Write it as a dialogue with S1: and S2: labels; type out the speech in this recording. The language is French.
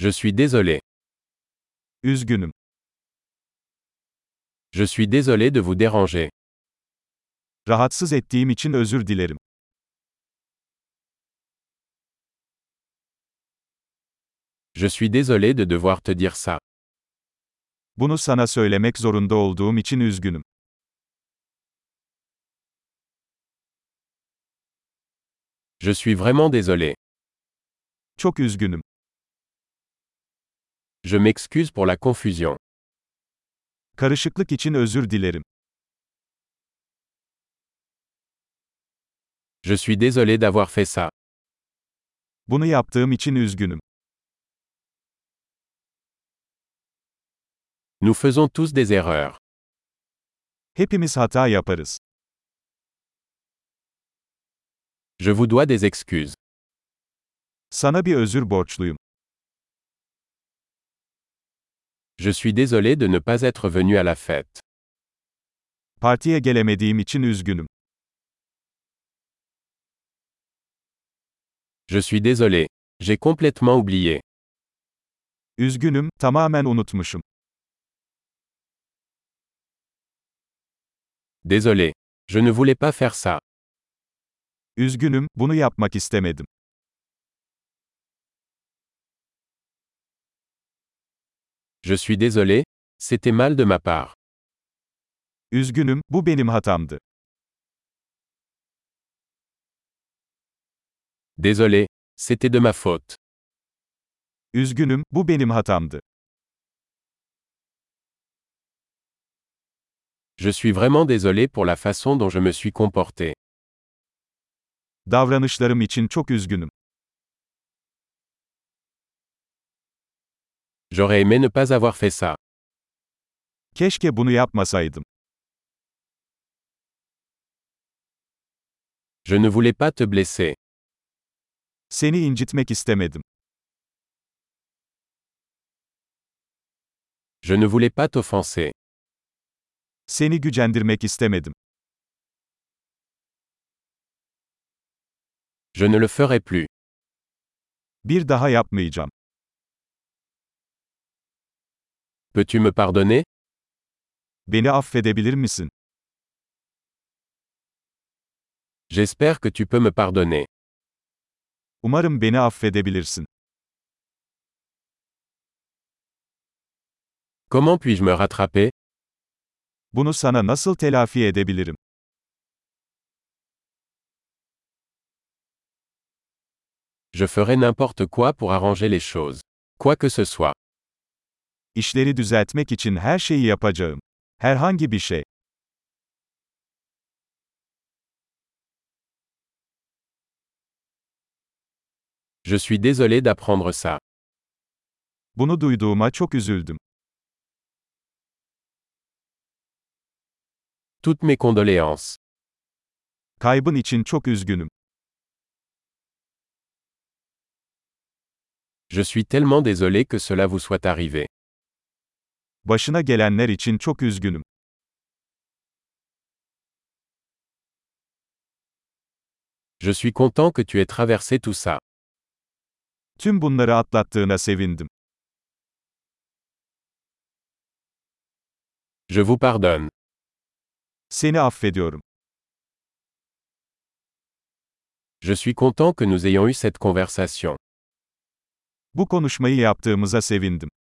S1: Je suis désolé.
S2: Üzgünüm.
S1: Je suis désolé de vous déranger.
S2: Rahatsız ettiğim için özür dilerim.
S1: Je suis désolé de devoir te dire ça.
S2: Bunu sana söylemek zorunda olduğum için üzgünüm.
S1: Je suis vraiment désolé.
S2: Çok üzgünüm.
S1: Je m'excuse pour la confusion.
S2: Karışıklık için özür dilerim.
S1: Je suis désolé d'avoir fait ça.
S2: Bunu yaptığım için üzgünüm.
S1: Nous faisons tous des erreurs.
S2: Hepimiz hata yaparız.
S1: Je vous dois des excuses.
S2: Sana bir özür borçluyum.
S1: Je suis désolé de ne pas être venu à la fête.
S2: Partiye gelemediğim için üzgünüm.
S1: Je suis désolé. J'ai complètement oublié.
S2: Üzgünüm, tamamen unutmuşum.
S1: Désolé. Je ne voulais pas faire ça.
S2: Üzgünüm, bunu yapmak istemedim.
S1: Je suis désolé. C'était mal de ma part.
S2: Üzgünüm, bu benim hatamdı.
S1: Désolé. C'était de ma faute.
S2: Üzgünüm, bu benim hatamdı.
S1: Je suis vraiment désolé pour la façon dont je me suis comporté.
S2: Davranışlarım için çok üzgünüm.
S1: J'aurais aimé ne pas avoir fait ça.
S2: Keşke bunu yapmasaydım.
S1: Je ne voulais pas te blesser.
S2: Seni incitmek istemedim.
S1: Je ne voulais pas t'offenser.
S2: Seni gücendirmek istemedim.
S1: Je ne le ferai plus.
S2: Bir daha yapmayacağım.
S1: Peux-tu me pardonner
S2: Beni affedebilir misin?
S1: J'espère que tu peux me pardonner.
S2: Umarım beni affedebilirsin.
S1: Comment puis-je me rattraper
S2: Bunu sana nasıl telafi edebilirim?
S1: Je ferai n'importe quoi pour arranger les choses. Quoi que ce soit.
S2: İşleri düzeltmek için her şeyi yapacağım. Herhangi bir şey.
S1: Je suis désolé d'apprendre ça.
S2: Bunu duyduğuma çok üzüldüm.
S1: Toutes mes condoléances.
S2: Kaybın için çok üzgünüm.
S1: Je suis tellement désolé que cela vous soit arrivé.
S2: Başına gelenler için çok üzgünüm.
S1: Je suis content que tu aies traversé tout ça.
S2: Tüm bunları atlattığına sevindim.
S1: Je vous pardonne.
S2: Seni affediyorum.
S1: Je suis content que nous ayons eu cette conversation.
S2: Bu konuşmayı yaptığımıza sevindim.